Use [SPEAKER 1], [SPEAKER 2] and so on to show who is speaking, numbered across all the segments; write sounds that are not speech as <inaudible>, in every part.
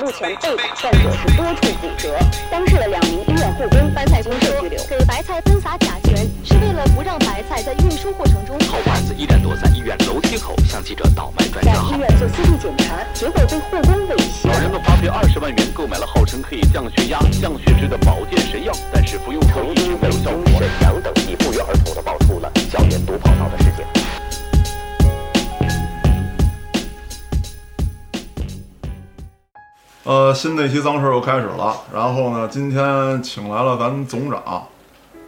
[SPEAKER 1] 目前被打战者是多处骨折，当事的两名医院护工白菜公社拘留。
[SPEAKER 2] 给白菜喷洒甲醛，是为了不让白菜在运输过程中。
[SPEAKER 3] 好汉子依然躲在医院楼梯口向记者倒卖专
[SPEAKER 1] 在
[SPEAKER 3] 家
[SPEAKER 1] 医
[SPEAKER 3] 号。
[SPEAKER 1] 院做 CT 检查，结果被护工威胁
[SPEAKER 3] 老。人们花费二十万元购买了号称可以降血压、降血脂的保健神药，但是服用后一直没有效果。
[SPEAKER 4] 阳等地不约而同的爆出了校园毒跑道的事件。
[SPEAKER 5] 呃，新的一期脏事儿又开始了。然后呢，今天请来了咱们总长，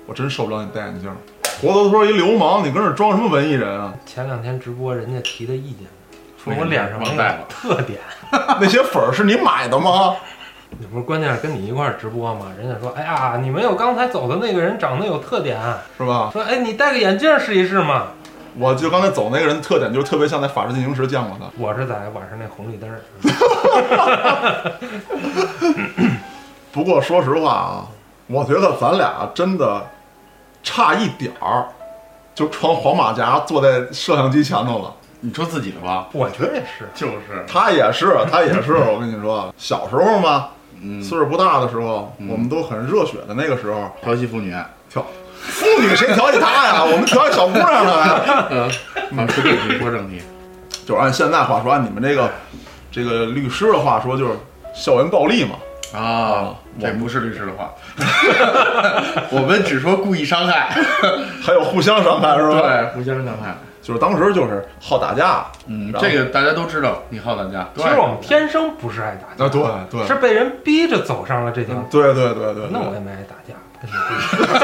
[SPEAKER 5] 我真受不了你戴眼镜儿，活脱脱一流氓，你跟这儿装什么文艺人啊？ <laughs>
[SPEAKER 6] 前两天直播人家提的意见，
[SPEAKER 7] 说我脸上
[SPEAKER 6] 没
[SPEAKER 7] 忘带
[SPEAKER 6] 有
[SPEAKER 7] 了，
[SPEAKER 6] 特点。
[SPEAKER 5] 那些粉儿是你买的吗？
[SPEAKER 6] 不是，关键是跟你一块儿直播嘛，人家说，哎呀，你们有刚才走的那个人长得有特点，
[SPEAKER 5] 是吧？
[SPEAKER 6] 说，哎，你戴个眼镜试一试嘛。
[SPEAKER 5] 我就刚才走那个人的特点，就是特别像在《法制进行时》见过的。
[SPEAKER 6] 我是在晚上那红绿灯儿， <laughs>
[SPEAKER 5] 不过说实话啊，我觉得咱俩真的差一点儿，就穿黄马甲坐在摄像机前头了。
[SPEAKER 7] 你说自己的吧？
[SPEAKER 6] 我觉得也是。
[SPEAKER 7] <laughs> 就是，
[SPEAKER 5] 他也是，他也是，我跟你说，小时候嘛，岁数不大的时候，我们都很热血的那个时候，
[SPEAKER 7] 调戏 <laughs> 妇女，
[SPEAKER 5] 调妇女谁调戏她呀？我们调戏小姑娘呢。
[SPEAKER 7] 啊，说正题，说正 <laughs> 题，
[SPEAKER 5] 就是按现在话说，按你们这个这个律师的话说，就是校园暴力嘛。
[SPEAKER 7] 啊，这不是律师的 <laughs> 话，我们只说故意伤害，
[SPEAKER 5] 还有互相伤害是吧？，
[SPEAKER 7] <laughs> 对，互相伤害，
[SPEAKER 5] 就是当时就是好打架，
[SPEAKER 7] 嗯，
[SPEAKER 5] 然后
[SPEAKER 7] 这个大家都知道，你好咱家，
[SPEAKER 6] 其实我们天生不是爱打架，
[SPEAKER 5] 啊，对对，
[SPEAKER 6] 是被人逼着走上了这
[SPEAKER 7] 嗯
[SPEAKER 6] 条。
[SPEAKER 5] 对对对对。
[SPEAKER 6] 那我
[SPEAKER 5] 对
[SPEAKER 6] 也没爱打架，跟
[SPEAKER 7] <laughs>
[SPEAKER 6] 你不一样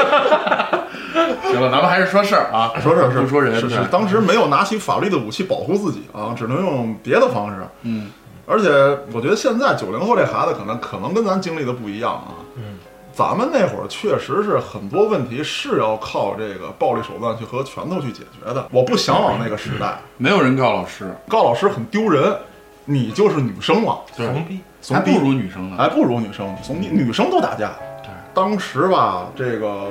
[SPEAKER 7] 行了，咱们还是说事儿啊，
[SPEAKER 5] 说是
[SPEAKER 7] 不
[SPEAKER 5] 是
[SPEAKER 7] 说人，
[SPEAKER 5] 是是
[SPEAKER 7] 对，
[SPEAKER 5] 当时没有拿起法律的武器保护自己啊，只能用别的方式。
[SPEAKER 7] 嗯，
[SPEAKER 5] 而且我觉得现在九零后这孩子可能可能跟咱经历的不一样啊。
[SPEAKER 6] 嗯，
[SPEAKER 5] 咱们那会儿确实是很多问题是要靠这个暴力手段去和拳头去解决的。我不向往那个时代，
[SPEAKER 7] 没有人告老师，
[SPEAKER 5] 告老师很丢人，你就是女生了，
[SPEAKER 7] 对，
[SPEAKER 6] 怂逼。
[SPEAKER 5] 怂
[SPEAKER 7] 还
[SPEAKER 5] 逼
[SPEAKER 7] 不如女生呢，
[SPEAKER 5] 还不如女生，怂逼女生都打架。
[SPEAKER 7] 对，
[SPEAKER 5] 当时吧，这个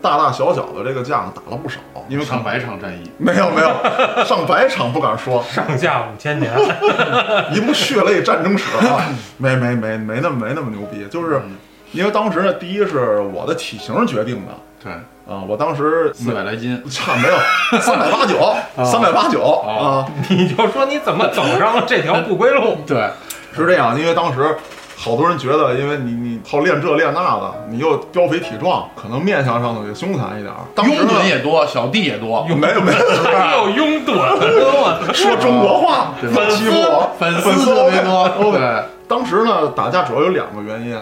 [SPEAKER 5] 大大小小的这个架打了不少，因为可
[SPEAKER 7] 上百场战役，
[SPEAKER 5] 没有没有，上百场不敢说，
[SPEAKER 6] 上下五千年， <laughs>
[SPEAKER 5] 一部血泪战争史
[SPEAKER 7] <laughs>
[SPEAKER 5] 啊，没没没没那么没那么牛逼，就是
[SPEAKER 7] 嗯
[SPEAKER 5] 因为当时呢，第一是我的体型决定的
[SPEAKER 7] 对，
[SPEAKER 5] 啊、我当时
[SPEAKER 7] 四百来斤，
[SPEAKER 5] 差
[SPEAKER 7] <laughs>
[SPEAKER 5] 没有三百八九，三百八九啊，
[SPEAKER 6] 你就说你怎么走上了这条不归
[SPEAKER 7] <laughs>
[SPEAKER 6] 路？
[SPEAKER 7] 对，
[SPEAKER 5] 是这样，因为当时。好多人觉得，因为你你好练这练那的，你又膘肥体壮，可能面相上头也凶残一点儿。当时
[SPEAKER 7] 拥
[SPEAKER 5] 呢
[SPEAKER 7] 趸也多，小弟也多，
[SPEAKER 5] 没有
[SPEAKER 7] <laughs>
[SPEAKER 5] 没有，
[SPEAKER 7] 啊
[SPEAKER 6] 还有拥趸，我
[SPEAKER 5] 说中国话，
[SPEAKER 7] 对吧
[SPEAKER 5] 欺负我，
[SPEAKER 7] 粉丝
[SPEAKER 5] 粉丝
[SPEAKER 7] 特别
[SPEAKER 5] OK，OK
[SPEAKER 7] 多，对。
[SPEAKER 5] 当时呢，打架主要有两个原因，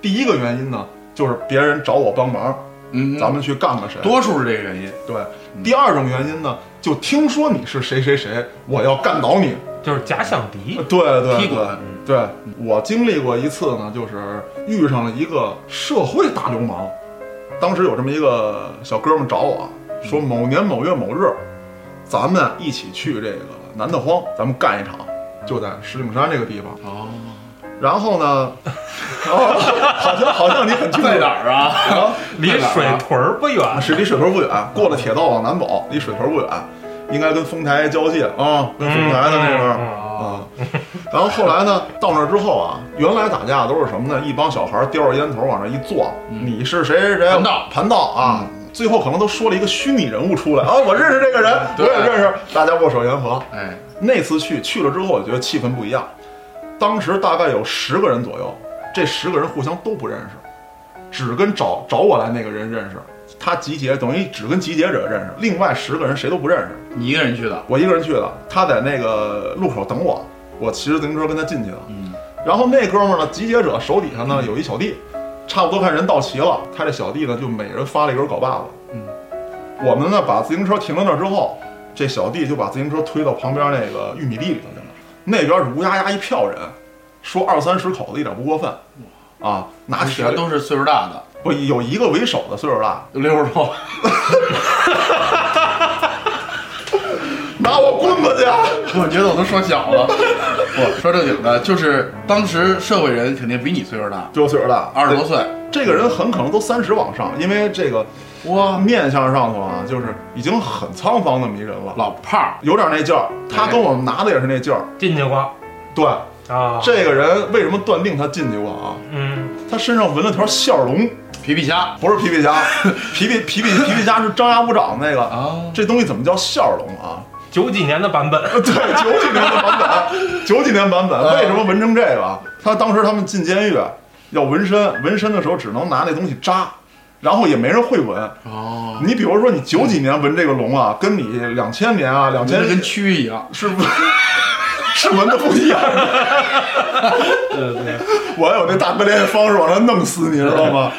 [SPEAKER 5] 第一个原因呢，就是别人找我帮忙，
[SPEAKER 7] 嗯，
[SPEAKER 5] 咱们去干个谁。
[SPEAKER 7] 多数是这个原因。
[SPEAKER 5] 对，第二种原因呢，就听说你是谁谁谁，我要干倒你。
[SPEAKER 6] 就是假想敌，
[SPEAKER 5] 对对
[SPEAKER 7] 嗯踢
[SPEAKER 5] 对
[SPEAKER 7] 馆，
[SPEAKER 5] 对，我经历过一次呢，就是遇上了一个社会大流氓。当时有这么一个小哥们找我说，某年某月某日，咱们一起去这个南大荒，咱们干一场，就在石景山这个地方。
[SPEAKER 7] 哦，
[SPEAKER 5] 然后呢，哦，好像好像你很清楚
[SPEAKER 7] 在哪儿啊？
[SPEAKER 5] 啊，
[SPEAKER 6] 离水屯儿不远。
[SPEAKER 5] 是离水头不远，过了铁道往南走，离水头不远，应该跟丰台交界啊，跟丰台的那边
[SPEAKER 6] 嗯嗯嗯
[SPEAKER 5] 啊。然后后来呢，到那之后啊，原来打架都是什么呢？一帮小孩叼着烟头往那一坐，你是谁谁谁，
[SPEAKER 7] 盘道
[SPEAKER 5] 盘道啊。最后可能都说了一个虚拟人物出来啊，我认识这个人，我
[SPEAKER 7] 对
[SPEAKER 5] 也认识，大家握手言和。
[SPEAKER 7] 哎，
[SPEAKER 5] 那次去去了之后，我觉得气氛不一样。当时大概有十个人左右，这十个人互相都不认识，只跟找找我来那个人认识。他集结等于只跟集结者认识，另外十个人谁都不认识。
[SPEAKER 7] 你一个人去的？
[SPEAKER 5] 我一个人去的，他在那个路口等我，我骑着自行车跟他进去的。
[SPEAKER 7] 嗯，
[SPEAKER 5] 然后那哥们儿呢，集结者手底下呢有一小弟，
[SPEAKER 7] 嗯
[SPEAKER 5] 差不多看人到齐了，他这小弟呢就每人发了一根镐把子。
[SPEAKER 7] 嗯，
[SPEAKER 5] 我们呢把自行车停到那儿之后，这小弟就把自行车推到旁边那个玉米地里头去了。那边是乌压压一票人，说二三十口子一点不过分，啊，拿铁
[SPEAKER 7] 全都是岁数大嗯的，
[SPEAKER 5] 不有一个为首的岁数大，
[SPEAKER 7] 六十多。
[SPEAKER 5] 拿我棍子去啊。
[SPEAKER 7] 我觉得我都说小 <laughs> 了。我说正经的，就是当时社会人肯定比你岁数大，
[SPEAKER 5] 就岁数大，
[SPEAKER 7] 二十多岁。
[SPEAKER 5] 这个人很可能都三十往上，因为这个哇面相上头啊，就是已经很沧桑那么一人了，
[SPEAKER 7] 老胖儿，
[SPEAKER 5] 有点那劲儿。他跟我们拿的也是那劲儿，
[SPEAKER 6] 进去过，
[SPEAKER 5] 对。
[SPEAKER 6] 啊，
[SPEAKER 5] 这个人为什么断定他进去过啊？
[SPEAKER 6] 嗯
[SPEAKER 5] 他身上纹了条线龙，
[SPEAKER 7] 皮皮虾
[SPEAKER 5] 不是皮皮虾， <laughs> 皮皮皮皮皮皮虾是张牙舞爪那个
[SPEAKER 7] 啊
[SPEAKER 5] 这东西怎么叫线龙啊？ <laughs>
[SPEAKER 6] 九几年的版本，
[SPEAKER 5] 对，九几年的版本，九几年版本为什么纹成这个啊？他当时他们进监狱要纹身，纹身的时候只能拿那东西扎，然后也没人会纹。
[SPEAKER 7] 哦，
[SPEAKER 5] 你比如说，你九几年纹这个龙啊，跟你两千年啊，两千
[SPEAKER 7] 真的跟蛆一样。
[SPEAKER 5] 是不是纹的不一样的。
[SPEAKER 6] 对对，
[SPEAKER 5] 我有那大哥连方式往上弄死你，知道吗？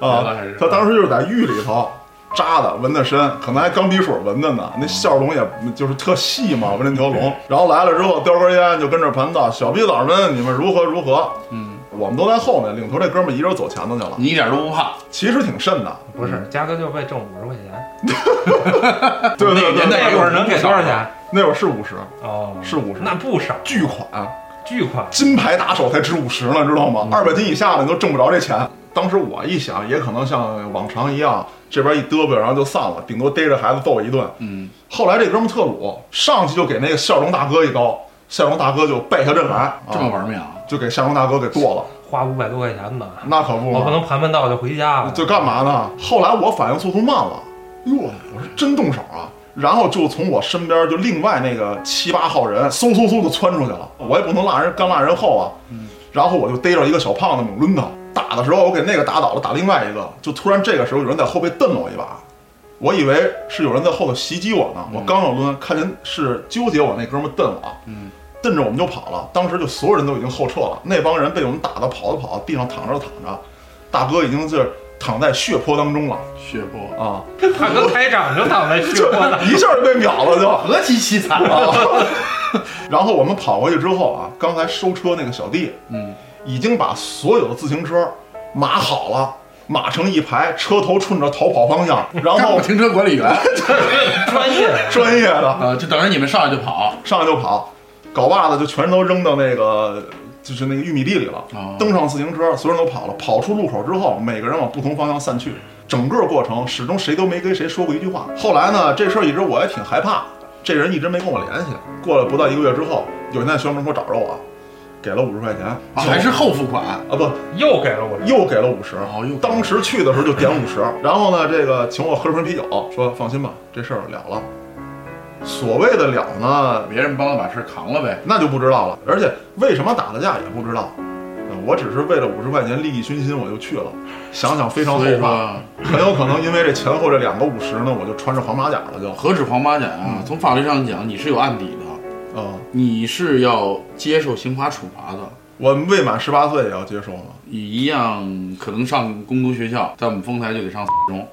[SPEAKER 5] 啊
[SPEAKER 6] 还是，
[SPEAKER 5] 他当时就是在狱里头扎的，纹的深，可能还钢笔水纹的呢。那笑容也就是特细嘛，纹那条龙。然后来了之后，叼根烟就跟这儿盘道：“小逼崽儿们，你们如何如何？”嗯，我们都在后面，领头这哥们儿一人走前头去了，
[SPEAKER 7] <laughs> 你一点都不怕，
[SPEAKER 5] 其实挺慎的。
[SPEAKER 6] 不是，嘉哥就为挣五十块钱，
[SPEAKER 7] 那个
[SPEAKER 5] 对对
[SPEAKER 7] 年代
[SPEAKER 5] 对，
[SPEAKER 6] <laughs> 那会儿能给多少
[SPEAKER 7] 不
[SPEAKER 6] 钱
[SPEAKER 7] 少？
[SPEAKER 5] 那会儿是五十，
[SPEAKER 6] 哦，
[SPEAKER 5] 是五十
[SPEAKER 6] 那不少，
[SPEAKER 5] 巨款。
[SPEAKER 6] 巨款，
[SPEAKER 5] 金牌打手才值五十呢，知道
[SPEAKER 7] 嗯
[SPEAKER 5] 吗？二百斤以下的你都挣不着这钱。当时我一想，也可能像往常一样，这边一嘚啵，然后就散了，顶多逮着孩子揍我一顿。
[SPEAKER 7] 嗯，
[SPEAKER 5] 后来这哥们特鲁上去就给那个笑容大哥一刀，笑容大哥就败下阵来，
[SPEAKER 7] 这么
[SPEAKER 5] 啊、
[SPEAKER 7] 玩命啊？
[SPEAKER 5] 就给笑容大哥给剁了。
[SPEAKER 6] 花五百多块钱吧，
[SPEAKER 5] 那可不
[SPEAKER 6] 我不
[SPEAKER 5] 嘛，
[SPEAKER 6] 能盘盘道就回家了，
[SPEAKER 5] 就干嘛呢？后来我反应速度慢了，哟，我说真动手啊！然后就从我身边就另外那个七八号人嗖嗖嗖就窜出去了，我也不能落人干落人后啊。然后我就逮着一个小胖子猛抡他，打的时候我给那个打倒了，打另外一个，就突然这个时候有人在后背瞪了我一把，我以为是有人在后头袭击我呢，我刚要抡，看见是纠结我那哥们儿瞪我，啊
[SPEAKER 7] 嗯，
[SPEAKER 5] 瞪着我们就跑了。当时就所有人都已经后撤了，那帮人被我们打的跑的跑，地上躺着的躺着，大哥已经是躺在血泊当中了
[SPEAKER 7] 血泊
[SPEAKER 5] 啊，
[SPEAKER 6] 他哥开场就躺在血
[SPEAKER 5] 就
[SPEAKER 6] 泊 <laughs> 那
[SPEAKER 5] 一下就被秒了就。
[SPEAKER 7] 何其凄惨！啊哦 <laughs>
[SPEAKER 5] 然后我们跑过去之后啊，刚才收车那个小弟
[SPEAKER 7] 嗯，
[SPEAKER 5] 已经把所有的自行车码好了，码成一排，车头冲着逃跑方向，然
[SPEAKER 7] 干
[SPEAKER 5] 后
[SPEAKER 7] 部哦停车管理 <laughs> 员
[SPEAKER 6] 专业，
[SPEAKER 5] 专业的
[SPEAKER 7] 啊，就等着你们上来就跑。
[SPEAKER 5] 上来就跑，镐把子就全都扔到那个就是那个玉米地里了
[SPEAKER 7] 哦，
[SPEAKER 5] 登上自行车，所有人都跑了，跑出路口之后，每个人往不同方向散去，整个过程始终谁都没跟谁说过一句话。后来呢，这事儿一直我也挺害怕，这人一直没跟我联系。过了不到一个月之后，有人在学校门口找着我，给了五十块钱，
[SPEAKER 7] 啊还是后付款，
[SPEAKER 5] 啊不，
[SPEAKER 6] 又给了我这，
[SPEAKER 5] 又给了五十、
[SPEAKER 7] 哦又给了
[SPEAKER 5] 当时去的时候就点五十，然后呢，这个请我喝瓶啤酒，说放心吧，这事儿了了。所谓的了呢，
[SPEAKER 7] 别人帮他把事儿扛了呗。
[SPEAKER 5] 那就不知道了。而且为什么打了架也不知道，呃我只是为了五十块钱利益熏心我就去了，想想非常后
[SPEAKER 7] 所以
[SPEAKER 5] 怕，
[SPEAKER 7] 说，
[SPEAKER 5] 很有可能因为这前后这两个五十呢，我就穿着黄马甲了就，
[SPEAKER 7] 何止黄马甲啊？从法律上讲，你是有案底的，
[SPEAKER 5] 啊、
[SPEAKER 7] 你是要接受刑罚处罚的。
[SPEAKER 5] 我未满十八岁也要接受吗？
[SPEAKER 7] 你一样可能上工读学校，在我们丰台就得上中。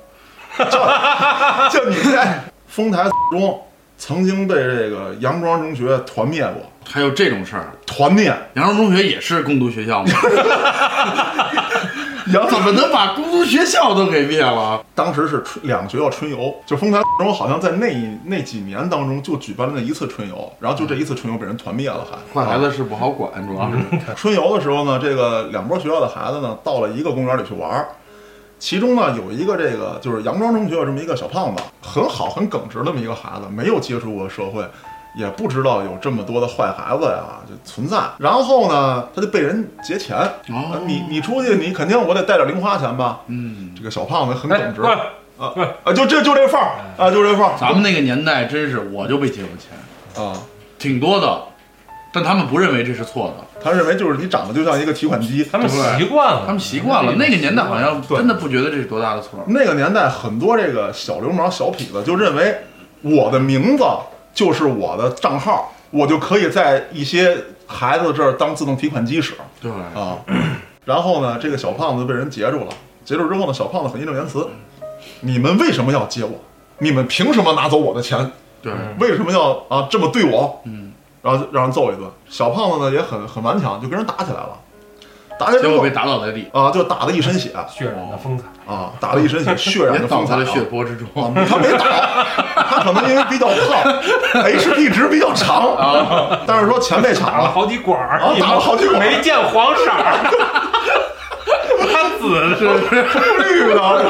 [SPEAKER 5] 就你在丰台中曾经被这个杨庄中学团灭过，
[SPEAKER 7] 还有这种事儿，
[SPEAKER 5] 团灭。
[SPEAKER 7] 杨庄中学也是工读学 <laughs> 校吗？
[SPEAKER 5] 杨
[SPEAKER 7] 怎么能把工读学校都给灭了？
[SPEAKER 5] 当时是春两个学校春游，就丰台中好像在那一那几年当中就举办了那一次春游，然后就这一次春游被人团灭了还，
[SPEAKER 7] 坏孩子是不好管，主要是。
[SPEAKER 5] 春游的时候呢，这个两波学校的孩子呢，到了一个公园里去玩儿。其中呢，有一个这个就是杨庄中学有这么一个小胖子，很好很耿直的这么一个孩子，没有接触过社会，也不知道有这么多的坏孩子呀就存在。然后呢，他就被人劫钱。
[SPEAKER 7] 哦
[SPEAKER 5] 你你出去，你肯定我得带点零花钱吧？
[SPEAKER 7] 嗯，
[SPEAKER 5] 这个小胖子很
[SPEAKER 6] 哎，
[SPEAKER 5] 耿直
[SPEAKER 6] 过来，
[SPEAKER 5] 啊
[SPEAKER 6] 过来
[SPEAKER 5] 啊，就这就这范儿啊，就这范儿
[SPEAKER 7] 咱们那个年代真是，我就被借过钱，
[SPEAKER 5] 啊。
[SPEAKER 7] 挺多的，但他们不认为这是错的，
[SPEAKER 5] 他认为就是你长得就像一个提款机，
[SPEAKER 6] 他们
[SPEAKER 7] 对
[SPEAKER 6] 习惯了，
[SPEAKER 7] 他们习惯了。那个年代好像
[SPEAKER 5] 对
[SPEAKER 7] 真的不觉得这是多大的错。
[SPEAKER 5] 那个年代，很多这个小流氓、小痞子就认为我的名字就是我的账号，我就可以在一些孩子这儿当自动提款机使
[SPEAKER 7] 对， <clears throat>
[SPEAKER 5] 啊。然后呢，这个小胖子被人截住了，截住之后呢，小胖子很义正言辞：“你们为什么要接我？你们凭什么拿走我的钱？
[SPEAKER 7] 对，
[SPEAKER 5] 为什么要啊这么对我？”
[SPEAKER 7] 嗯，
[SPEAKER 5] 然后就让人揍一顿。小胖子呢也很很顽强，就跟人打起来了。打起来
[SPEAKER 7] 结
[SPEAKER 5] 之
[SPEAKER 7] 果
[SPEAKER 5] 后
[SPEAKER 7] 被打倒在地，
[SPEAKER 5] 啊，就打的一身血
[SPEAKER 6] 血染的风采，
[SPEAKER 5] 啊，打了一身血，血
[SPEAKER 7] <laughs>
[SPEAKER 5] 染
[SPEAKER 7] 也
[SPEAKER 5] 的
[SPEAKER 7] 倒
[SPEAKER 5] 风
[SPEAKER 7] 在
[SPEAKER 5] 采
[SPEAKER 7] 了
[SPEAKER 5] 啊。
[SPEAKER 7] 血泊之中。
[SPEAKER 5] 啊，他没倒，他可能因为比较胖，HD 值比较长啊，但是说前被
[SPEAKER 6] 打
[SPEAKER 5] 抢
[SPEAKER 6] 了
[SPEAKER 5] 了， <laughs>
[SPEAKER 6] 哦好几管儿，
[SPEAKER 5] 啊
[SPEAKER 6] 你们
[SPEAKER 5] 打了好几管儿
[SPEAKER 6] 没见黄色 <laughs> 儿，他紫是
[SPEAKER 5] 绿的，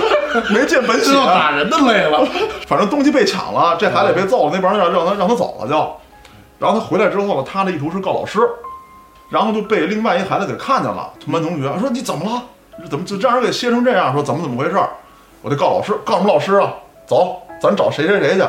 [SPEAKER 5] 没见本
[SPEAKER 7] <laughs> 知
[SPEAKER 5] 血，
[SPEAKER 7] 道打人的累了，
[SPEAKER 5] 反正东西被抢了，这孩子也被揍了，那帮人让让他让他走了就，然后他回来之后呢，他的意图是告老师，然后就被另外一孩子给看见了，同班同学说你怎么了？怎么就让人给歇成这样？说怎么怎么回事儿？我就告老师，告我们老师啊，走，咱找谁谁谁去。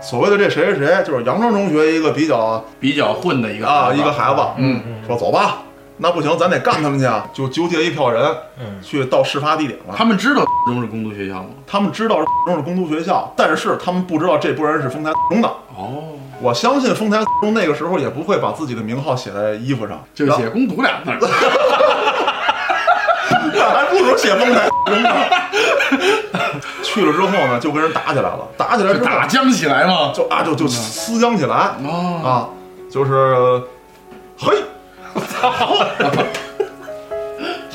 [SPEAKER 5] 所谓的这谁谁谁，就是杨庄中学一个比较
[SPEAKER 7] <laughs> 比较混的一个
[SPEAKER 5] 啊
[SPEAKER 7] 孩子
[SPEAKER 5] 一个孩子，
[SPEAKER 7] 嗯，
[SPEAKER 5] 说走吧，那不行，咱得干他们去啊，就纠结一票人
[SPEAKER 6] 嗯
[SPEAKER 5] 去到事发地点了。
[SPEAKER 7] 他们知道中是工读学校吗？
[SPEAKER 5] 他们知道中是工读学校，但是他们不知道这波人是丰台中的。
[SPEAKER 7] 哦，
[SPEAKER 5] 我相信丰台中那个时候也不会把自己的名号写在衣服上，
[SPEAKER 7] 就
[SPEAKER 5] 然后
[SPEAKER 7] 写工读俩字儿。
[SPEAKER 5] 还不如写丰台中呢。去了之后呢，就跟人打起来了，打起来
[SPEAKER 7] 就
[SPEAKER 5] 之后
[SPEAKER 7] 打僵起来嘛。
[SPEAKER 5] 就 <laughs> 啊就就撕撕僵起来
[SPEAKER 7] 哦，
[SPEAKER 5] 啊，就是嘿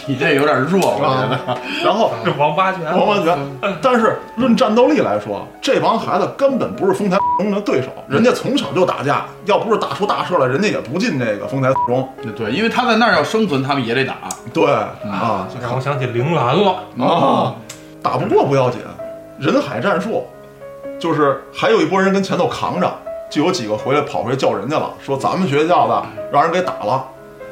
[SPEAKER 7] 你这有点弱，我觉
[SPEAKER 5] 啊
[SPEAKER 7] 得。，
[SPEAKER 5] 然后
[SPEAKER 6] 这王八拳， <laughs>
[SPEAKER 5] 王完全，但是论战斗力来说，这帮孩子根本不是丰台 <laughs> 中的对手，人家从小就打架，要不是打出大事来，人家也不进这个丰台中。
[SPEAKER 7] 对，因为他在那儿要生存，他们也得打。
[SPEAKER 5] 对啊
[SPEAKER 6] 让我想起铃兰了，
[SPEAKER 5] 啊，
[SPEAKER 7] 嗯
[SPEAKER 5] <laughs> 打不过不要紧，人海战术，就是还有一波人跟前头扛着，就有几个回来跑回去叫人家了，说咱们学校的让人给打了，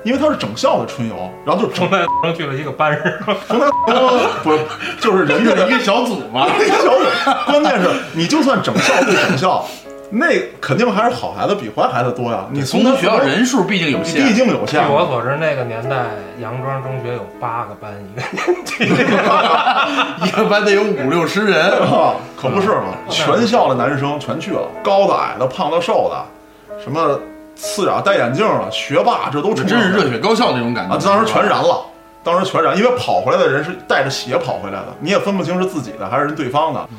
[SPEAKER 5] 因为他是整校的春游，然后就整
[SPEAKER 6] 从那上 <laughs> 去了一个班是吧？
[SPEAKER 5] 丰台中 <laughs> 不就是人
[SPEAKER 7] <laughs>
[SPEAKER 5] 家的
[SPEAKER 7] 一个小组
[SPEAKER 5] <laughs>
[SPEAKER 7] 嘛，
[SPEAKER 5] 那个小组，关键是你就算整校对整校，那肯定还是好孩子比坏孩子多呀。你
[SPEAKER 7] 从
[SPEAKER 5] 他
[SPEAKER 7] 学校人数毕竟有限，
[SPEAKER 5] 毕竟有
[SPEAKER 6] 据
[SPEAKER 5] 限，
[SPEAKER 6] 我所知，那个年代杨庄中学有八个班，一个年级。
[SPEAKER 7] 一个班得有五六十
[SPEAKER 5] <laughs>
[SPEAKER 7] 人。
[SPEAKER 5] 啊可不是嘛，
[SPEAKER 7] 嗯
[SPEAKER 5] 全校的男生全去了，高的、矮的、胖的、瘦的，什么刺眼、戴眼镜的、学霸，这都
[SPEAKER 7] 这
[SPEAKER 5] 出
[SPEAKER 7] 真是
[SPEAKER 5] 来了
[SPEAKER 7] 热血高校那种感觉
[SPEAKER 5] 啊！当时全燃了。当时全燃，因为跑回来的人是带着血跑回来的，你也分不清是自己的还是人对方的。
[SPEAKER 7] 嗯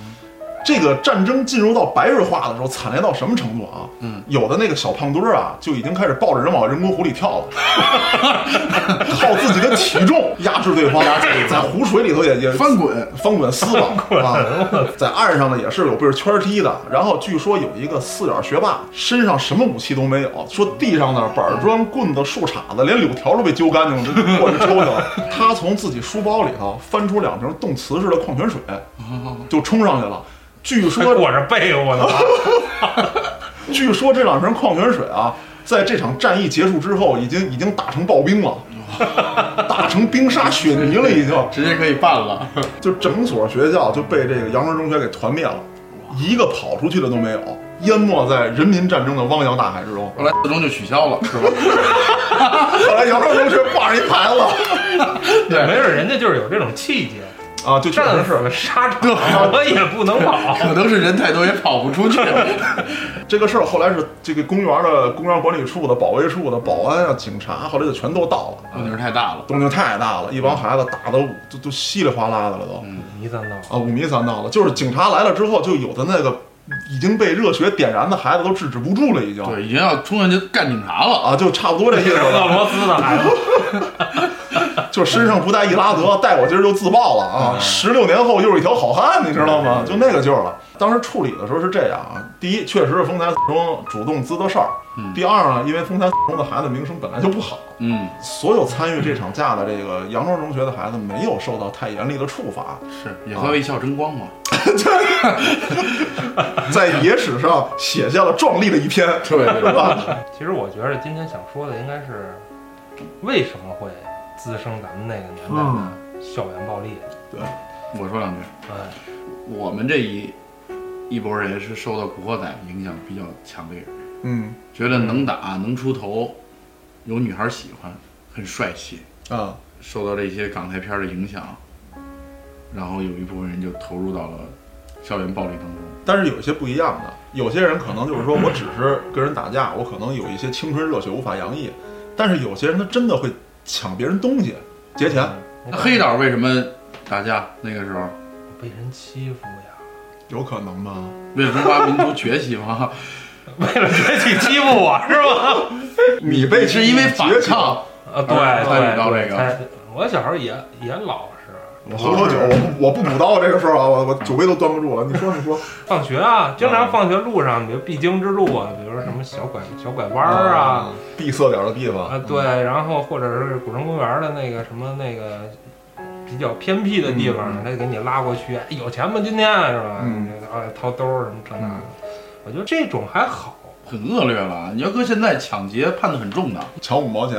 [SPEAKER 5] 这个战争进入到白热化的时候，惨烈到什么程度啊？
[SPEAKER 7] 嗯，
[SPEAKER 5] 有的那个小胖墩儿啊，就已经开始抱着人往人工湖里跳了， <laughs> 靠自己的体重压制对方，在湖水里头也也
[SPEAKER 7] 翻滚，
[SPEAKER 5] 翻滚撕吧啊，在岸上呢也是有被圈踢的。然后据说有一个四眼学霸，身上什么武器都没有，说地上呢板砖、棍子、树杈子，连柳条都被揪干净了，过去抽去了。他从自己书包里头翻出两瓶冻瓷式的矿泉水，就冲上去了。据
[SPEAKER 6] 还
[SPEAKER 5] 说，
[SPEAKER 6] 裹着被
[SPEAKER 5] <laughs>
[SPEAKER 6] 窝呢，
[SPEAKER 5] 据说这两瓶矿泉水啊，在这场战役结束之后，已经已经打成刨冰了，打成冰沙雪泥了，已经。
[SPEAKER 7] 直接可以办了。
[SPEAKER 5] 就整所学校就被这个杨庄中学给团灭了，一个跑出去的都没有，淹没在人民战争的汪洋大海之中。 <laughs>
[SPEAKER 7] 后来四中就取消了，是吧？ <laughs>
[SPEAKER 5] 后来杨庄中学挂上一牌子，
[SPEAKER 6] 没准人家就是有这种气节，
[SPEAKER 5] 啊，就确
[SPEAKER 6] 战
[SPEAKER 5] 实
[SPEAKER 6] 死
[SPEAKER 5] 是
[SPEAKER 6] 了
[SPEAKER 5] <laughs>
[SPEAKER 6] 沙场了也不能跑。
[SPEAKER 7] 可能是人太多也跑不 <laughs> 出去。哦
[SPEAKER 5] 这个事儿。后来是这个公园的公园管理处的、保卫处的、保安啊、警察，后来就全都到了。
[SPEAKER 7] 动静太大了，
[SPEAKER 5] 动静太大了，一帮孩子打的都都稀里哗啦的了都。
[SPEAKER 6] 迷三道，
[SPEAKER 5] 啊，五迷三道了。就是警察来了之后，就有的那个已经被热血点燃的孩子都制止不住了，已经。
[SPEAKER 7] 对，已经要冲上去干警察了。
[SPEAKER 5] 啊，就差不多这意思了
[SPEAKER 6] <laughs> 俄。罗斯的孩子，
[SPEAKER 5] 就身上不带易拉德，带我今儿就自爆了啊！十六年后又是一条好汉，你知道吗？就那个劲儿了。当时处理的时候是这样啊，第一，确实是丰台四中主动滋的事儿；第二呢，因为丰台四中的孩子名声本来就不好，
[SPEAKER 7] 嗯，
[SPEAKER 5] 所有参与这场架的这个杨庄中学的孩子没有受到太严厉的处罚，
[SPEAKER 7] 是也会为校争光嘛。
[SPEAKER 5] 在野史上写下了壮丽的一篇，
[SPEAKER 7] 对对
[SPEAKER 5] 是吧？
[SPEAKER 6] <laughs>
[SPEAKER 7] <laughs>
[SPEAKER 6] 其实我觉得今天想说的应该是，为什么会滋生咱们那个年代
[SPEAKER 5] 嗯
[SPEAKER 6] 的校园暴力？
[SPEAKER 7] 我说两句，
[SPEAKER 6] 哎，
[SPEAKER 7] 我们这一一拨人是受到《古惑仔》影响比较强烈，
[SPEAKER 5] 嗯
[SPEAKER 7] 觉得能打能出头，有女孩喜欢，很帅气。
[SPEAKER 5] 啊，
[SPEAKER 7] 受到这些港台片儿的影响，然后有一部分人就投入到了校园暴力当中。
[SPEAKER 5] 但是有一些不一样的，有些人可能就是说我只是跟人打架，我可能有一些青春热血无法洋溢，但是有些人他真的会抢别人东西，劫钱，
[SPEAKER 7] 那黑岛为什么打架？那个时候
[SPEAKER 6] 嗯被人欺负呀， <laughs>
[SPEAKER 5] 有可能吧？
[SPEAKER 7] 为了中华民族崛起
[SPEAKER 5] <laughs>
[SPEAKER 7] 吗？
[SPEAKER 6] 为了学习欺负我是吧？
[SPEAKER 5] 你被
[SPEAKER 7] 是因为反
[SPEAKER 5] 劫钱
[SPEAKER 7] 抗，
[SPEAKER 6] 啊，对
[SPEAKER 7] 啊
[SPEAKER 6] 对
[SPEAKER 7] 到这
[SPEAKER 6] 对，
[SPEAKER 7] 个
[SPEAKER 6] 才我小时候也也老实。
[SPEAKER 5] 我喝口酒，我不我不补刀这个事儿啊，我我酒杯都端不住了。你说你说，
[SPEAKER 6] 放学啊，经
[SPEAKER 7] 嗯
[SPEAKER 6] 常放学路上，比如必经之路啊，比如说什么小拐小拐弯儿啊，，
[SPEAKER 5] 闭塞点儿的地
[SPEAKER 7] 哦
[SPEAKER 5] 方
[SPEAKER 7] 嗯
[SPEAKER 6] 啊，对，然后或者是古城公园的那个什么那个比较偏僻的地方，
[SPEAKER 7] 嗯
[SPEAKER 6] 他给你拉过去，哎有钱吗？今天是吧？啊
[SPEAKER 5] 嗯
[SPEAKER 7] 嗯
[SPEAKER 6] 你就啊，掏兜儿什么这那的，我觉得这种还好，
[SPEAKER 7] 很恶劣了。你要搁现在抢劫判的很重的，
[SPEAKER 5] 抢五毛钱，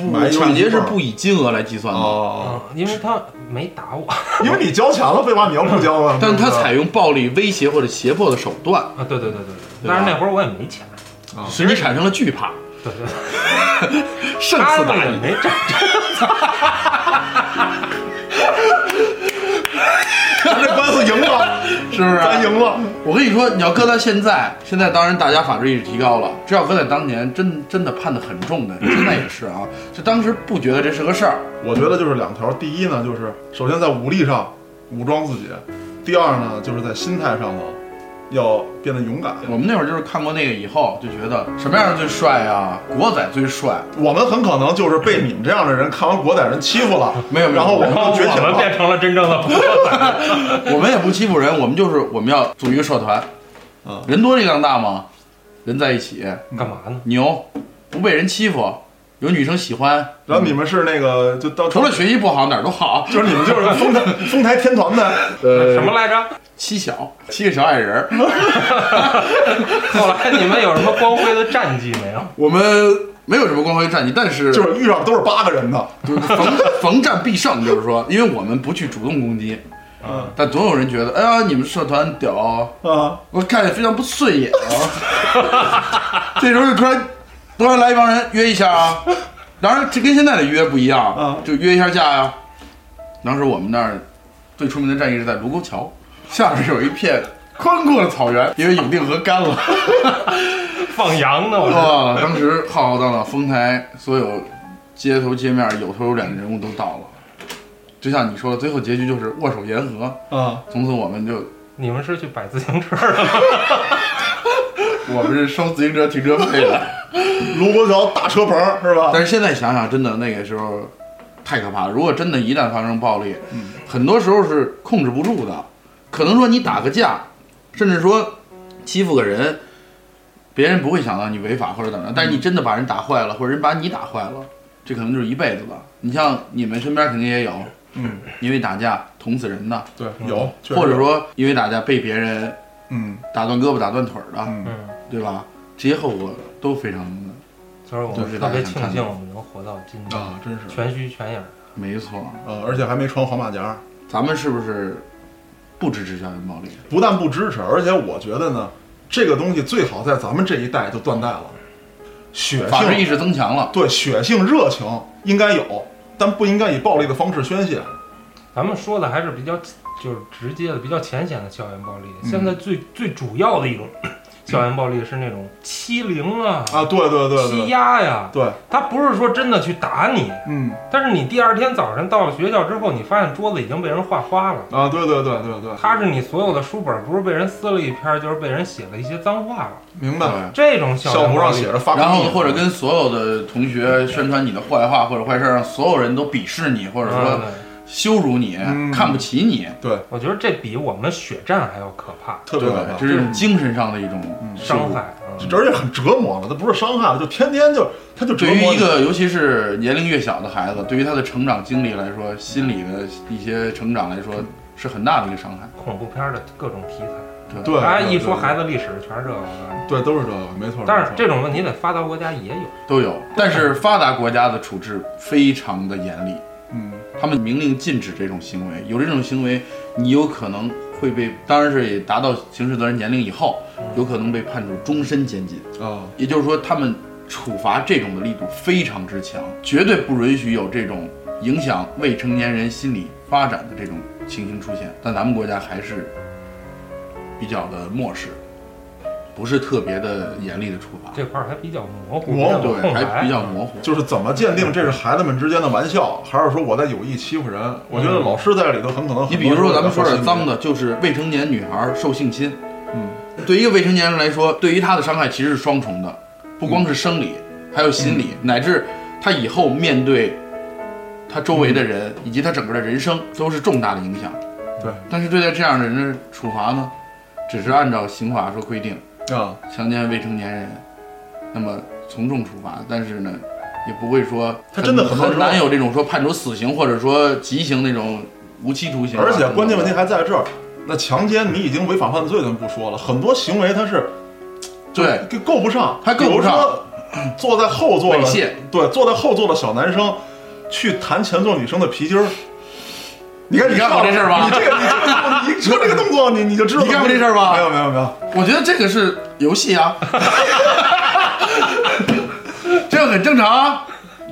[SPEAKER 5] 嗯买
[SPEAKER 7] 不
[SPEAKER 5] 一个
[SPEAKER 7] 抢劫是
[SPEAKER 5] 一份儿
[SPEAKER 7] 不以金额来计算的，嗯
[SPEAKER 5] 哦，
[SPEAKER 6] 啊，因为他没打我 <laughs> 啊
[SPEAKER 5] 因为你交钱了，废话，你要不交了，
[SPEAKER 7] 但
[SPEAKER 5] 对
[SPEAKER 7] 他
[SPEAKER 5] 不对
[SPEAKER 7] 采用暴力、威胁或者胁迫的手段，
[SPEAKER 6] 啊，对对对对对，
[SPEAKER 7] 对吧
[SPEAKER 6] 但是那会儿我也没钱，
[SPEAKER 5] 哦
[SPEAKER 7] 使你产生了惧怕，
[SPEAKER 6] 对
[SPEAKER 7] <laughs>
[SPEAKER 6] 对，对
[SPEAKER 7] 甚
[SPEAKER 6] 他
[SPEAKER 7] 次
[SPEAKER 6] 们
[SPEAKER 7] 打
[SPEAKER 6] 也
[SPEAKER 7] 你。 <laughs>
[SPEAKER 6] 没挣，
[SPEAKER 5] 咱这官司赢 <laughs> 了，
[SPEAKER 7] 是不是
[SPEAKER 5] 咱赢了，
[SPEAKER 7] 我跟你说，你要搁到现在，现在当然大家法制意识提高了，这要搁在当年，真真的判的很重的，现在也是啊，就当时不觉得这是个事儿，
[SPEAKER 5] 我觉得就是两条，第一呢，就是首先在武力上武装自己；第二呢，就是在心态上头要变得勇敢。
[SPEAKER 7] 我们那会儿就是看过那个以后，就觉得什么样的最帅啊？国仔最帅，
[SPEAKER 5] 我们很可能就是被你们这样的人看完国仔人欺
[SPEAKER 7] <laughs>
[SPEAKER 5] 负了，
[SPEAKER 7] 没有没有
[SPEAKER 5] 然后我们
[SPEAKER 6] 然后
[SPEAKER 5] 就觉醒
[SPEAKER 6] 我们
[SPEAKER 5] 了。
[SPEAKER 6] 变成了真正的
[SPEAKER 7] <laughs>
[SPEAKER 6] 朋友。
[SPEAKER 7] 我们也不欺负人，我们就是我们要组一个社团，
[SPEAKER 5] 嗯
[SPEAKER 7] 人多力量大嘛，人在一起
[SPEAKER 6] 干嘛呢？
[SPEAKER 7] 牛，不被人欺负，有女生喜欢，
[SPEAKER 5] 然后你们是那个就到
[SPEAKER 7] 除了学习不好哪儿都好，
[SPEAKER 5] 就是你们就是丰
[SPEAKER 7] <laughs>
[SPEAKER 5] 台丰台天团呗，
[SPEAKER 7] 呃
[SPEAKER 6] 什么来着？
[SPEAKER 7] 七小七个小矮人儿，
[SPEAKER 6] 后来你们有什么光辉的战绩没有？
[SPEAKER 7] 我们没有什么光辉战绩，但是
[SPEAKER 5] 就是遇上都是八个人的，
[SPEAKER 7] 就是逢逢战必胜，就是说，因为我们不去主动攻击，
[SPEAKER 5] 嗯
[SPEAKER 7] 但总有人觉得，哎呀，你们社团屌啊，
[SPEAKER 5] 啊，
[SPEAKER 7] 我看着非常不顺眼啊。这时候就突然，突然来一帮人约一下啊，当然这跟现在的约不一样，
[SPEAKER 5] 嗯
[SPEAKER 7] 就约一下架呀、当时我们那儿最出名的战役是在卢沟桥，下边有一片宽阔的草原，因为永定河干了。
[SPEAKER 6] 放羊呢？我说
[SPEAKER 7] 哇，当时浩浩荡荡，丰台所有街头街面有头有脸的人物都到了。就像你说的，最后结局就是握手言和。
[SPEAKER 5] 啊，
[SPEAKER 7] 从此我们就，
[SPEAKER 6] 你们是去摆自行车的吗？
[SPEAKER 7] 我们是收自行车停车费的。
[SPEAKER 5] 卢沟桥大车棚儿是吧？
[SPEAKER 7] 但是现在想想，真的那个时候太可怕了。如果真的一旦发生暴力，
[SPEAKER 5] 嗯
[SPEAKER 7] 很多时候是控制不住的。可能说你打个架，甚至说欺负个人，别人不会想到你违法或者怎么样，
[SPEAKER 5] 嗯
[SPEAKER 7] 但是你真的把人打坏了，或者人把你打坏了，这可能就是一辈子吧。你像你们身边肯定也有，
[SPEAKER 5] 嗯，
[SPEAKER 7] 因为打架捅死人的，
[SPEAKER 5] 对，有，确实
[SPEAKER 7] 嗯或者，说因为打架被别人
[SPEAKER 5] 嗯
[SPEAKER 7] 打断胳膊、打断腿儿的，
[SPEAKER 5] 嗯，
[SPEAKER 6] 嗯，
[SPEAKER 7] 对吧？这些后果都非常的，
[SPEAKER 6] 所以我
[SPEAKER 7] 就是
[SPEAKER 6] 特
[SPEAKER 7] 大家
[SPEAKER 6] 别
[SPEAKER 7] 想
[SPEAKER 6] 庆
[SPEAKER 7] 看
[SPEAKER 6] 幸
[SPEAKER 7] 的
[SPEAKER 6] 我们能活到今
[SPEAKER 7] 嗯
[SPEAKER 6] 天，
[SPEAKER 5] 啊，真是，
[SPEAKER 6] 全虚全影儿。
[SPEAKER 7] 没错。
[SPEAKER 5] 呃，而且还没穿黄马甲儿，
[SPEAKER 7] 咱们是不是不支持校园暴力？
[SPEAKER 5] 不但不支持，而且我觉得呢，这个东西最好在咱们这一代就断代了，血
[SPEAKER 7] 法治意
[SPEAKER 5] 性
[SPEAKER 7] 识增强了，
[SPEAKER 5] 对血性热情应该有，但不应该以暴力的方式宣泄。
[SPEAKER 6] 咱们说的还是比较就是直接的、比较浅显的校园暴力。现在最最主要的一种 <coughs> 校园暴力是那种欺凌啊、
[SPEAKER 5] 啊，对对对
[SPEAKER 6] 欺
[SPEAKER 5] 对
[SPEAKER 6] 压呀，
[SPEAKER 5] 对，
[SPEAKER 6] 他不是说真的去打你，
[SPEAKER 5] 嗯
[SPEAKER 6] 但是你第二天早上到了学校之后，你发现桌子已经被人画花了。
[SPEAKER 5] 啊，对对对对对，
[SPEAKER 6] 他是你所有的书本，不是被人撕了一篇儿，就是被人写了一些脏话了。
[SPEAKER 5] 明
[SPEAKER 7] 对。
[SPEAKER 5] 白。
[SPEAKER 6] 这种校
[SPEAKER 5] 校服
[SPEAKER 6] 园暴
[SPEAKER 5] 上
[SPEAKER 6] 力
[SPEAKER 5] 写着发，
[SPEAKER 7] 然后
[SPEAKER 5] 啊
[SPEAKER 7] 或者跟所有的同学宣传你的坏话或者坏事，让所有人都鄙视你，或者
[SPEAKER 6] 嗯
[SPEAKER 7] 说
[SPEAKER 6] 对
[SPEAKER 7] 羞辱你、
[SPEAKER 5] 嗯
[SPEAKER 7] 看不起你，
[SPEAKER 5] 对，
[SPEAKER 6] 我觉得这比我们血战还要可怕，
[SPEAKER 5] 特别
[SPEAKER 7] 对
[SPEAKER 5] 可
[SPEAKER 7] 吧
[SPEAKER 5] 怕，？
[SPEAKER 7] 这是精神上的一种羞
[SPEAKER 6] 伤
[SPEAKER 7] 辱。
[SPEAKER 6] 害。嗯
[SPEAKER 5] 而且很折磨了，他不是伤害了，就天天就他就折
[SPEAKER 7] 对
[SPEAKER 5] 磨
[SPEAKER 7] 于
[SPEAKER 5] 你
[SPEAKER 7] 一个尤其是年龄越小的孩子，对于他的成长经历来说，心理的一些成长来说是很大的一个伤害。
[SPEAKER 6] 恐怖片儿的各种题材，
[SPEAKER 5] 对，
[SPEAKER 6] 大家
[SPEAKER 5] 对
[SPEAKER 6] 一说
[SPEAKER 5] 对
[SPEAKER 6] 孩子历史全是这个了。
[SPEAKER 5] 对都是这个，没错。
[SPEAKER 6] 但是
[SPEAKER 5] 没错
[SPEAKER 6] 这种问题在发达国家也有，
[SPEAKER 7] 都有，但是发达国家的处置非常的严厉，
[SPEAKER 5] 嗯，
[SPEAKER 7] 他们明令禁止这种行为，有这种行为，你有可能会被，当然是也达到刑事责任年龄以后，有可能被判处终身监禁。
[SPEAKER 5] 啊，
[SPEAKER 7] 也就是说，他们处罚这种的力度非常之强，绝对不允许有这种影响未成年人心理发展的这种情形出现。但咱们国家还是比较的漠视，不是特别的严厉的处罚，
[SPEAKER 6] 这块儿还比较模糊，
[SPEAKER 5] 模糊
[SPEAKER 6] 没
[SPEAKER 7] 对，
[SPEAKER 6] 有 <laughs> 空
[SPEAKER 7] 还比
[SPEAKER 6] 白。
[SPEAKER 7] 较模糊。
[SPEAKER 5] 就是怎么鉴定这是孩子们之间的玩笑，
[SPEAKER 7] 嗯
[SPEAKER 5] 还是说我在有意欺负人？我觉得老师在里头很可能很多
[SPEAKER 7] 你比如说，咱们说点脏
[SPEAKER 5] 的，
[SPEAKER 7] 的，就是未成年女孩受性侵。
[SPEAKER 5] 嗯，
[SPEAKER 7] 对于一个未成年人来说，对于她的伤害其实是双重的，不
[SPEAKER 5] 嗯
[SPEAKER 7] 光是生理，还有心理，乃至她以后面对她周围的
[SPEAKER 5] 嗯
[SPEAKER 7] 人、以及她整个的人生都是重大的影响。
[SPEAKER 5] 对，
[SPEAKER 7] 但是对待这样的人的处罚呢，只是按照刑法说规定，
[SPEAKER 5] 啊，
[SPEAKER 7] 强奸未成年人，那么从重处罚，但是呢。也不会说很，
[SPEAKER 5] 他真的很多啊时
[SPEAKER 7] 很
[SPEAKER 5] 候
[SPEAKER 7] 难有这种说判处死刑或者说极刑那种无期徒刑啊。
[SPEAKER 5] 而且
[SPEAKER 7] 等等
[SPEAKER 5] 关键问题还在这儿，那强奸你已经违法犯罪，咱不说了，很多行为它是
[SPEAKER 7] 对，
[SPEAKER 5] 就够不上，
[SPEAKER 7] 还够不上
[SPEAKER 5] 比如说。坐在后座
[SPEAKER 7] 猥
[SPEAKER 5] 的
[SPEAKER 7] 亵，
[SPEAKER 5] 对，坐在后座的小男生，去弹前座女生的皮筋儿。你看，
[SPEAKER 7] 你干过
[SPEAKER 5] 上
[SPEAKER 7] 这事儿吧
[SPEAKER 5] 你这个，你这个动作，你说这个动作，你你就知道
[SPEAKER 7] 你干过这事儿吧
[SPEAKER 5] 没有，没有，没有。
[SPEAKER 7] 我觉得这个是游戏
[SPEAKER 5] <laughs>
[SPEAKER 7] 啊，这个很正常啊。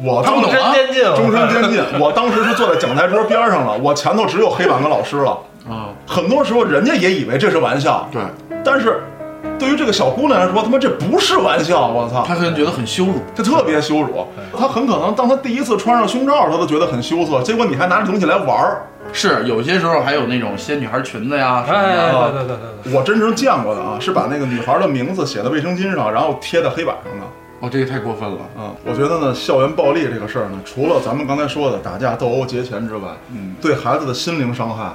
[SPEAKER 5] 我
[SPEAKER 7] 他不
[SPEAKER 5] 当
[SPEAKER 7] 懂
[SPEAKER 5] 时
[SPEAKER 7] 啊
[SPEAKER 6] 真监禁， <laughs> 我看
[SPEAKER 5] 终身监禁。我当时是坐在讲台桌边上了，我前头只有黑板跟老师了。
[SPEAKER 7] 啊，
[SPEAKER 5] 很多时候人家也以为这是玩笑，
[SPEAKER 7] 对，
[SPEAKER 5] 但是对于这个小姑娘来说，他妈这不是玩笑，我操！
[SPEAKER 7] 他可能觉得很羞辱。
[SPEAKER 5] 这特别羞辱，她很可能当她第一次穿上胸罩，她都觉得很羞涩。结果你还拿着东西来玩儿，
[SPEAKER 7] 是有些时候还有那种仙女孩裙子呀什么
[SPEAKER 6] 哎，
[SPEAKER 7] 的，
[SPEAKER 6] 对对对对对。
[SPEAKER 5] 我真正见过的啊，是把那个女孩的名字写在卫生巾上，然后贴在黑板上的。
[SPEAKER 7] 哦，这个太过分了。
[SPEAKER 5] 啊，我觉得呢，校园暴力这个事儿呢，除了咱们刚才说的打架、斗殴、劫钱之外，嗯，对孩子的心灵伤害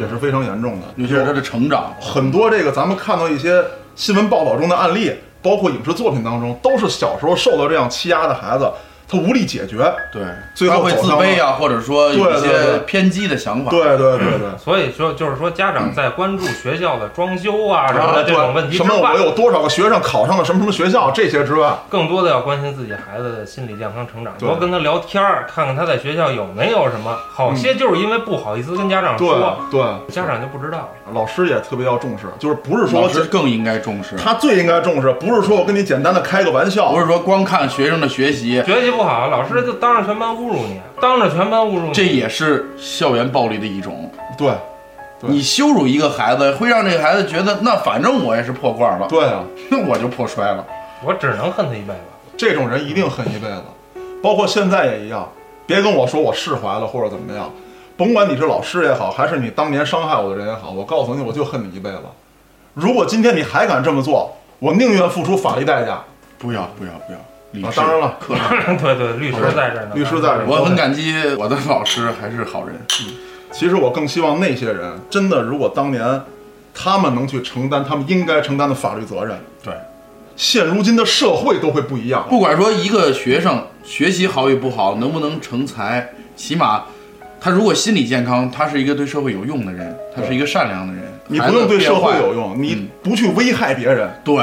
[SPEAKER 5] 也是非常严重的。
[SPEAKER 7] 尤其是他的成长，
[SPEAKER 5] 很多这个咱们看到一些新闻报道中的案例，包括影视作品当中，都是小时候受到这样欺压的孩子，他无力解决，
[SPEAKER 7] 对，
[SPEAKER 5] 最
[SPEAKER 7] 他
[SPEAKER 5] 后
[SPEAKER 7] 会
[SPEAKER 5] 走
[SPEAKER 7] 自
[SPEAKER 5] 上
[SPEAKER 7] 卑
[SPEAKER 5] 了
[SPEAKER 7] 啊，或者说有一
[SPEAKER 5] 对对
[SPEAKER 7] 些
[SPEAKER 5] 对
[SPEAKER 7] 偏激的想法。
[SPEAKER 5] 对对对对。
[SPEAKER 6] 所以说，就是说，家长在关注学校的装修啊什么的这种问题之
[SPEAKER 5] 什么
[SPEAKER 6] 外
[SPEAKER 5] 我，有多少个学生考上了什么什么学校这些之外，
[SPEAKER 6] 更多的要关心自己孩子的心理健康成长，
[SPEAKER 5] 对
[SPEAKER 6] 多跟他聊天儿，看看他在学校有没有什么。好些就是因为不好意思跟家长
[SPEAKER 5] 对
[SPEAKER 6] 说，
[SPEAKER 5] 对，
[SPEAKER 6] 家长就不知道。
[SPEAKER 5] 老师也特别要重视，就是不是说
[SPEAKER 7] 老师更应该重视，
[SPEAKER 5] 他最应该重视，不是说我跟你简单的开个玩笑
[SPEAKER 7] 不，是说光看学生的学习，
[SPEAKER 6] 学习不好，老师就当着全班侮辱你，当着全班侮辱你。
[SPEAKER 7] 这也是校园暴力的一种。
[SPEAKER 5] 对对
[SPEAKER 7] 你羞辱一个孩子，会让这个孩子觉得，那反正我也是破罐了，
[SPEAKER 5] 对啊，
[SPEAKER 7] 那我就破摔了。
[SPEAKER 6] 我只能恨他一辈子。 <laughs>
[SPEAKER 5] 这种人一定恨一辈子，包括现在也一样。别跟我说我释怀了或者怎么样，甭管你是老师也好，还是你当年伤害我的人也好，我告诉你，我就恨你一辈子。如果今天你还敢这么做，我宁愿付出法律代价。
[SPEAKER 7] 不要不要不要，理
[SPEAKER 5] 啊
[SPEAKER 7] 智，
[SPEAKER 5] 当然了
[SPEAKER 7] 克制。
[SPEAKER 6] 对对，律师在这儿呢，
[SPEAKER 5] 律师在这儿
[SPEAKER 7] 我很感激我的老师还是好人，
[SPEAKER 5] 其实我更希望那些人真的，如果当年他们能去承担他们应该承担的法律责任，
[SPEAKER 7] 对，
[SPEAKER 5] 现如今的社会都会不一样。
[SPEAKER 7] 不管说一个学生学习好与不好，能不能成才，起码他如果心理健康，他是一个对社会有用的人，他是一个善良的人。
[SPEAKER 5] 你
[SPEAKER 7] 孩
[SPEAKER 5] 不
[SPEAKER 7] 子
[SPEAKER 5] 用对社会
[SPEAKER 7] 变坏嗯
[SPEAKER 5] 有用，你不去危害别人，
[SPEAKER 7] 对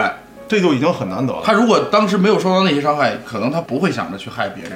[SPEAKER 5] 这就已经很难得了。
[SPEAKER 7] 他如果当时没有受到那些伤害，可能他不会想着去害别人。